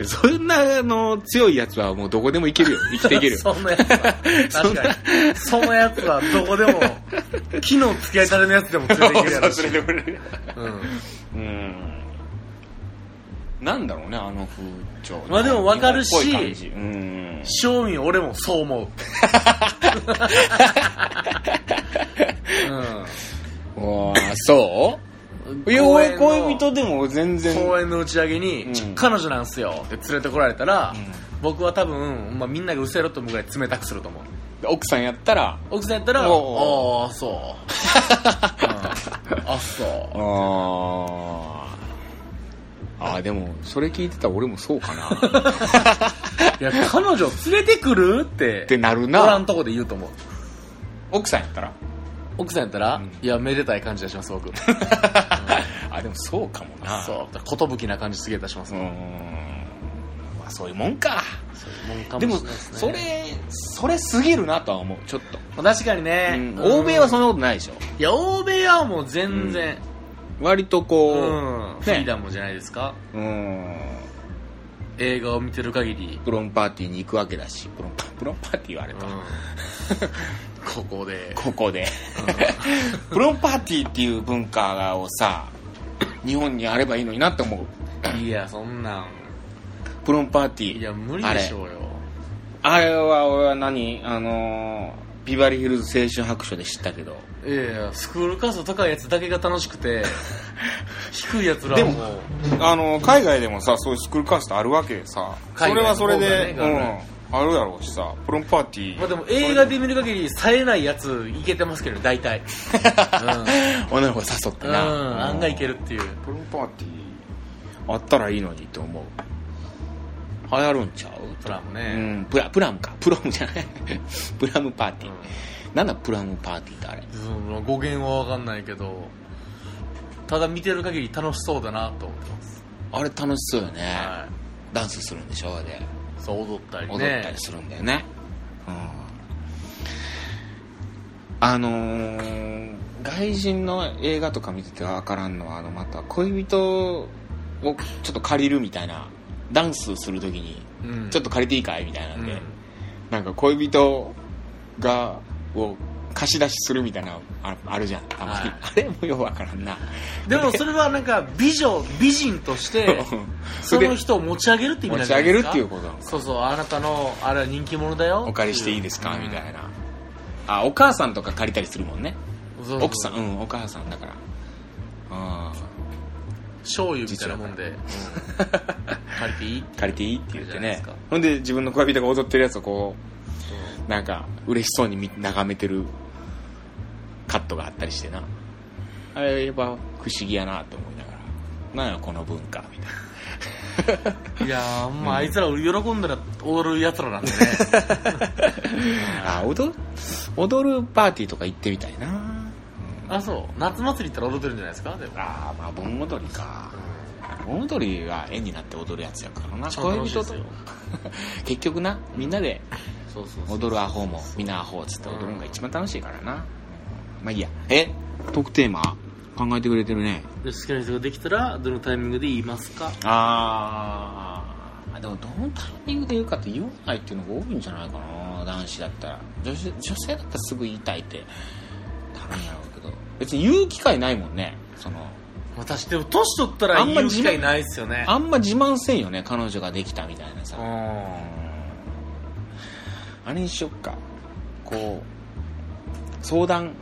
す
そ
か
んなあの強いやつはもうどこでもいける
*laughs*
よ生きていけるよ
そんなやつは確かにそのやつはどこでも昨日付き合いたれのやつでも連れていけるやろ
*laughs* *laughs*
し
そう連れてくれる
うん
うんなんだろうねあの風潮
まあでも分かるし
日本っぽい感じうん
正味俺もそう思う、
わあそう
うん、
いや
公
俺
園の
恋人でも全然
公園の打ち上げに、
うん
ち彼女なんすよって連れてこられたら、
うん
僕は多分、まあ、みんながうせろと思うぐらい冷たくすると思う
奥さんやったら
奥さんやったらあ
お
あそう、うんあそう
あーあーでもそれ聞いてたら俺もそうか *laughs* なっ
いや彼女連れてくるって
てなる
おらん
な
とこで言うと思う
奥さんやったら
奥さんやったら、
ん
いやめでたい感じがします僕
*laughs* あでもそうかもな
そう寿な感じすげえ出します
うー
ね、
んまあそういうもんか
もんか
で
も
も
しれないすね
それそれすぎるなとは思うちょっと、
まあ確かにね、
うん
うん
欧米はそんなことないでしょ
いや欧米はもう全然、
割と
う
こ
ん
う
フリーダムじゃないですか
うーん
映画を見てる限り、
プロンパーティーに行くわけだしプロンパ *laughs* プロンパーティーはあれか、
ここで
ここでプロンパーティーっていう文化を
*laughs*
さ日本にあればいいのになって思う
いやそんなん
プロンパーティー
いや無理でしょうよ
あれあれは俺は何あのービバリーヒルズ青春白書で知ったけど
いやいやスクールカースト高いやつだけが楽し
*laughs*
くて低いやつらはもう
であの海外でもさそういうスクールカーストあるわけでさそ
海
れ
外の
はそれ
方が
で、
ねがね
うんあるだろうしさプロンパーティー
まあでも映画で見る限り冴えないやついけてますけど大体
女の子誘って
う
*laughs*
ん、うん、
な、
案外いけるっていう
プロンパーティーあったらいいのにと思う流行るんちゃう
プラも
う
ね、
ん、プラプラムかプロムじゃない *laughs* プラムパーティー、なんだプラムパーティーってあれ
その語源は分かんないけどただ見てる限り楽しそうだなと思ってます、
あれ楽しそうよね、
は
ダンスするんでしょで
い、そう踊ったりね
踊ったりするんだよねうんあのー外人の映画とか見てて分からんのはあのまた恋人をちょっと借りるみたいなダンスする時に
うん
ちょっと借りていいかいみたいなんで、
うん
なんか恋人がを貸し出しするみたいなのああるじゃんたまに、
はい
あれもようわからん
*laughs*
な
でもそれはなんか美女美人として
*laughs*
その人を持ち上げるって意
持
味なん
ち
じゃな
上
いで
げ
す
る
か
っていうことなの
そうそうあなたのあれは人気者だよ
お借りしていいですか、
うん
みたいなあお母さんとか借りたりするもんね
そうそう
奥さんうんお母さんだからあ
醤油みたいなもんで、うん借りていいって
ー借りていいって言って
いいじゃないで
ね
すか
ほんで自分の恋人が踊ってるやつをこうなんか嬉しそうに見眺めてるカットがあったりしてなあれやっぱ不思議やなって思いながらなんやこの文化みたいない
やーまああいつら喜んだら踊るやつらなんでね
あ踊る踊るパーティーとか行ってみたいな、
*laughs* あそう夏祭り行ったら踊ってるんじゃないですかでも
ああまあ盆踊りか盆踊りが縁になって踊るやつやからな
超楽
恋
しいで
人
す
と *laughs*
よ
結局なみんなで
そうそうそう
踊るアホもみんなアホっつって踊るのが一番楽しいからな、まあいいやえ特テーマ考えてくれてるね
で好きな人ができたらどのタイミングで言いますか
ああでもどのタイミングで言うかって言わないっていうのが多いんじゃないかな男子だったら女子女性だったらすぐ言いたいってなるんやろうけど別に言う機会ないもんねその
私でも年取ったら
あんま
言う
り
機会ないっすよね
あんま自慢せんよね彼女ができたみたいなさ
うん
あれにしよっかこう相談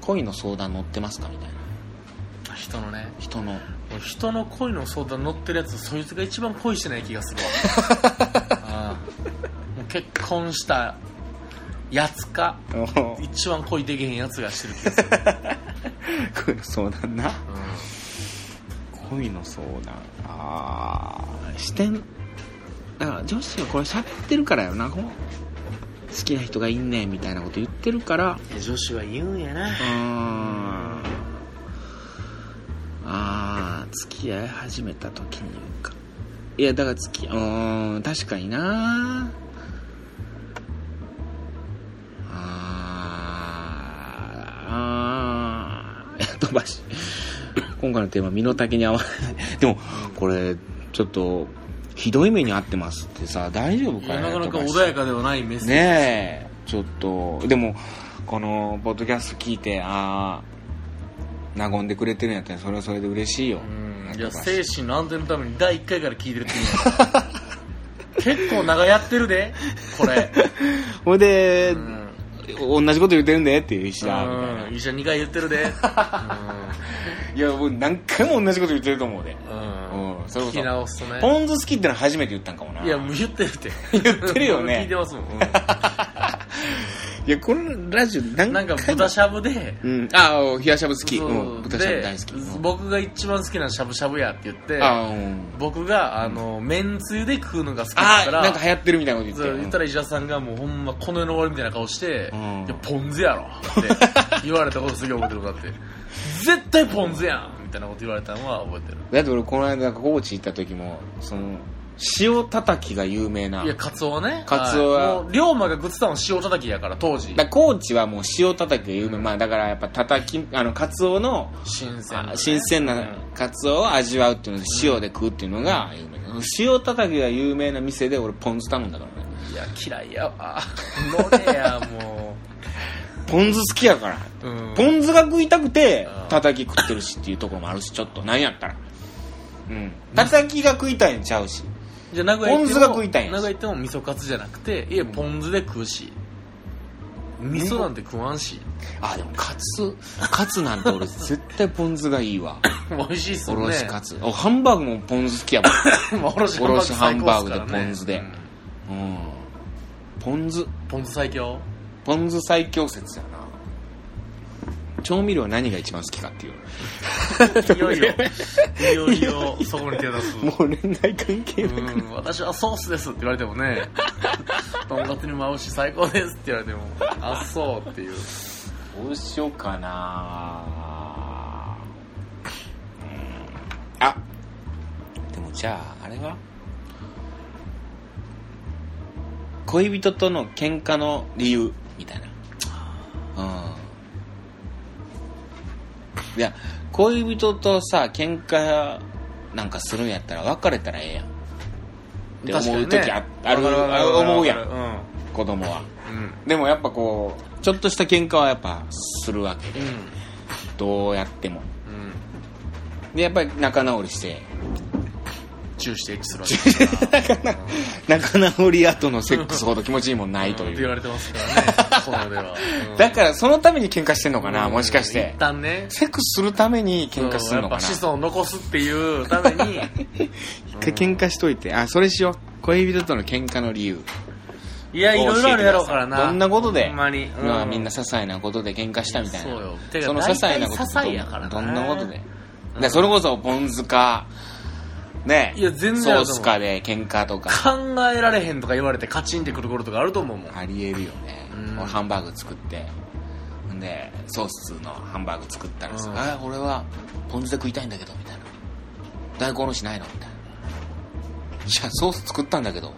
恋の相談乗ってますかみたいな
うん人のね
人の
もう人の恋の相談乗ってるやつそいつが一番恋してない気がする *laughs* わうんもう結婚したやつか一番恋できへんやつがしてる気がする、
恋の相談な
うん
恋の相談ああ視点だから女子はこれ喋ってるからよなこう好きな人がいんねんみたいなこと言ってるから
いや女子は言うんやな
うーんああ付き合い始めた時に言うかいやだから付きうーん確かになあーあーいや飛ばし今回のテーマ身の丈に合わないでもこれちょっとひどい目に遭ってますってさ大丈夫
い
か
や
な
なかなか
飛ばし
穏やかではないメッセージ、
ねえちょっとでもこのポッドキャスト聞いてああ和んでくれてるんやったらそれはそれで嬉しいよ
うんいや精神の安定のために第1回から聞いてるって
*laughs*
いう結構長やってるでこれ、
ほいで、
うん
同じこと言ってるんでって *laughs* いう石田みたいな
うん医者2回言ってるで
いやもう何回も同じこと言ってると *laughs* 思うで、
うん、うん
うんそれこそ
聞き直すとね
ポン酢好きってのは初めて言ったんかもない
いやもう言ってるって
言ってるよね
聞いてますも
*laughs*
ん、うん
やこのラジオ何回も
なんか豚しゃぶで
うん、ああ冷やしゃぶ好き、
そう
うん、豚しゃぶ大好き、
で
うん
僕が一番好きなしゃぶしゃぶやって言って
ああ、うん、
僕があの、めんつゆで食うのが好きだ
あ
か
あ
ら
なんか流行ってるみたいなこと言って
そう言ったら石田さんがもうほんまこの世の終わりみたいな顔して「
うん
いやポン酢やろ」って
*laughs*
言われたことすげえ覚えてることあって「絶対ポン酢やん!」みたいなこと言われたのは覚えてる
だって俺この間なんか高知行った時もその塩たたきが有名ない
やカツオはね
カツオは
はいもう龍馬がグッズたの塩たたきやから当時
だ高知はもう塩たたきが有名、まあだからやっぱたたきあのカツオの
新鮮なね、
あ新鮮
う
なんカツオを味わうっていうので塩で食うっていうのが有名、塩たたきが有名な店で俺ポン酢頼んだからね
いや嫌いやわ乗れやも
ポン酢好きやから、
う、うん、
ポン酢が食いたくて
うん
たたき食ってるしっていうところもあるしちょっと何やったらうんたたきが食いたいんちゃうし
じゃあ名古屋行っても
ポン酢が食いたいんや
名古屋行っても味噌カツじゃなくていやポン酢で食うし味噌なんて食わんし
あでもカツカツなんて俺絶対ポン酢がいいわ
*laughs* 美味しいっす
お
よね
ろしカツ、おハンバーグもポン酢好きやもん
*laughs* まあおろし
おろしハンバーグで
最高っすからね
ポン酢で
うん
うんポン酢
ポン酢最強
ポン酢最強説やな調味料は何が一番好きかっていう
*laughs* いよいよいよいよそこに手出す
*laughs* もう年代関係な
うん私はソースですって言われてもねとんかつにも合うし最高ですって言われてもあっそうっていう
どうしようかなうんあでもじゃああれは恋人との喧嘩の理由みたいなうんいや恋人とさ喧嘩なんかするんやったら別れたらええやんって思う時あ,、あるあ思うやん
ん
子供は
うん
でもやっぱこうちょっとした喧嘩はやっぱするわけ
うん
どうやっても
うん
でやっぱり仲直りして
チューしてエッチするわけですから
仲直り後のセックスほど気持ちいいもんないと
うんって言
いう
われてますからねこの世では、うん
だからそのために喧嘩してんのかなもしかし
うん
て
一旦ね
セックスするために喧嘩するのかな
そうやっぱ子孫を残すっていうために
一回喧嘩しといてあそれしよう恋人との喧嘩の理由
いやいろいろあるやろうから
教えてく
な
ださいどんなことで
ほんまに、
まあみんな些細なことで喧嘩したみたいな
そうよてか
その些細なこと
大体些細やからな
どんなことで、
うん
でそれこそポン酢かね
いや全然
ソ
ある
ー
と思う
スかで喧嘩とか
考えられへんとか言われてカチンってくる頃とかあると思うもん
ありえるよね、
うん
俺ハンバーグ作ってほんでソースのハンバーグ作ったらさ「
うん
あ俺はポン酢で食いたいんだけど」みたいな「大根おろしないの?」みたいな「いやソース作ったんだけど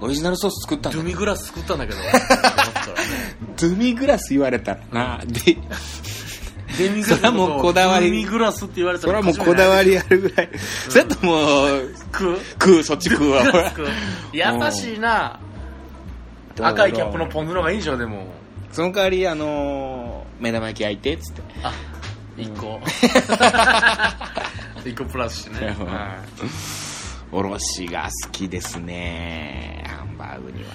オリジナルソース作ったんだ
ドゥ
けど
ミグラス作ったんだけ
*laughs*
どって思ったからね
ドゥミグラス言われたらな、で
デミグラス
それはもうこだわり
ドゥミグラスって言われた
それ
ら
はもうこだわ
り
りあるぐらい、それともう
食う
*laughs* 食うそっち食うわ
グ
ほ
ラ
ら
ス食う優しいな
って思うけど
赤いキャップのポン酢の方がいいでしょでも
その代わりあのー目玉焼き焼いてっつって
あ
*laughs*
一個一個プラスしてね、
うん
はい
おろしが好きですねハンバーグには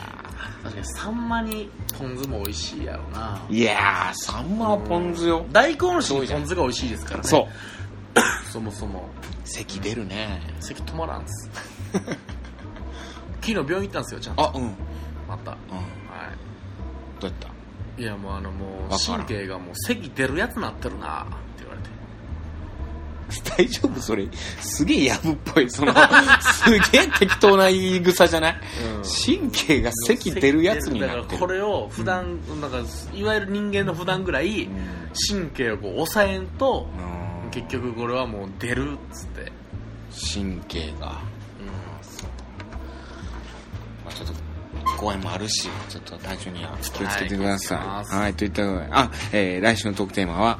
確かにサンマにポン酢も美味しいやろうない
やーサンマはポン酢よ
大根おろしにポン酢が美味しいですからね
そう
そもそも
咳出るね
咳止まらんっ
*laughs*
す昨日病院行ったんですよちゃんと
あうんうん
または
どうやった
いいやもうあのもう
わからん
神経がもう咳出るやつなってるなって言われて
*laughs* 大丈夫それすげえやぶっぽいその *laughs* すげえ適当な言い草じゃない、神経が咳出るやつになっ
だか
て
らこ
る
れを普段、なんかいわゆる人間の普段ぐらい
うん
神経をこう抑えんと
うん
結局これはもう出るっつって
神経が、まあ、ちょっと公演もあるしちょっと体調には気をつけてください
はい気を
はいとい
つけます
ったことであ、えー来週のトークテーマは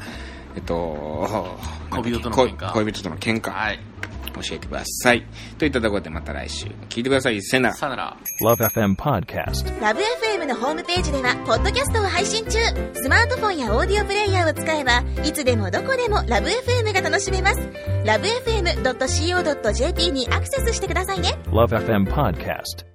えっと
恋人との喧嘩
恋恋人との喧嘩、
はい
教えてくださいといったところでまた来週聞いてくださいせなら
さよなら
Love FM Podcast.
ラブ f m のホームページではポッドキャストを配信中スマートフォンやオーディオプレイヤーを使えばいつでもどこでもラブ f m が楽しめますラブ FM.co.jp にアクセスしてくださいね
Love FM Podcast.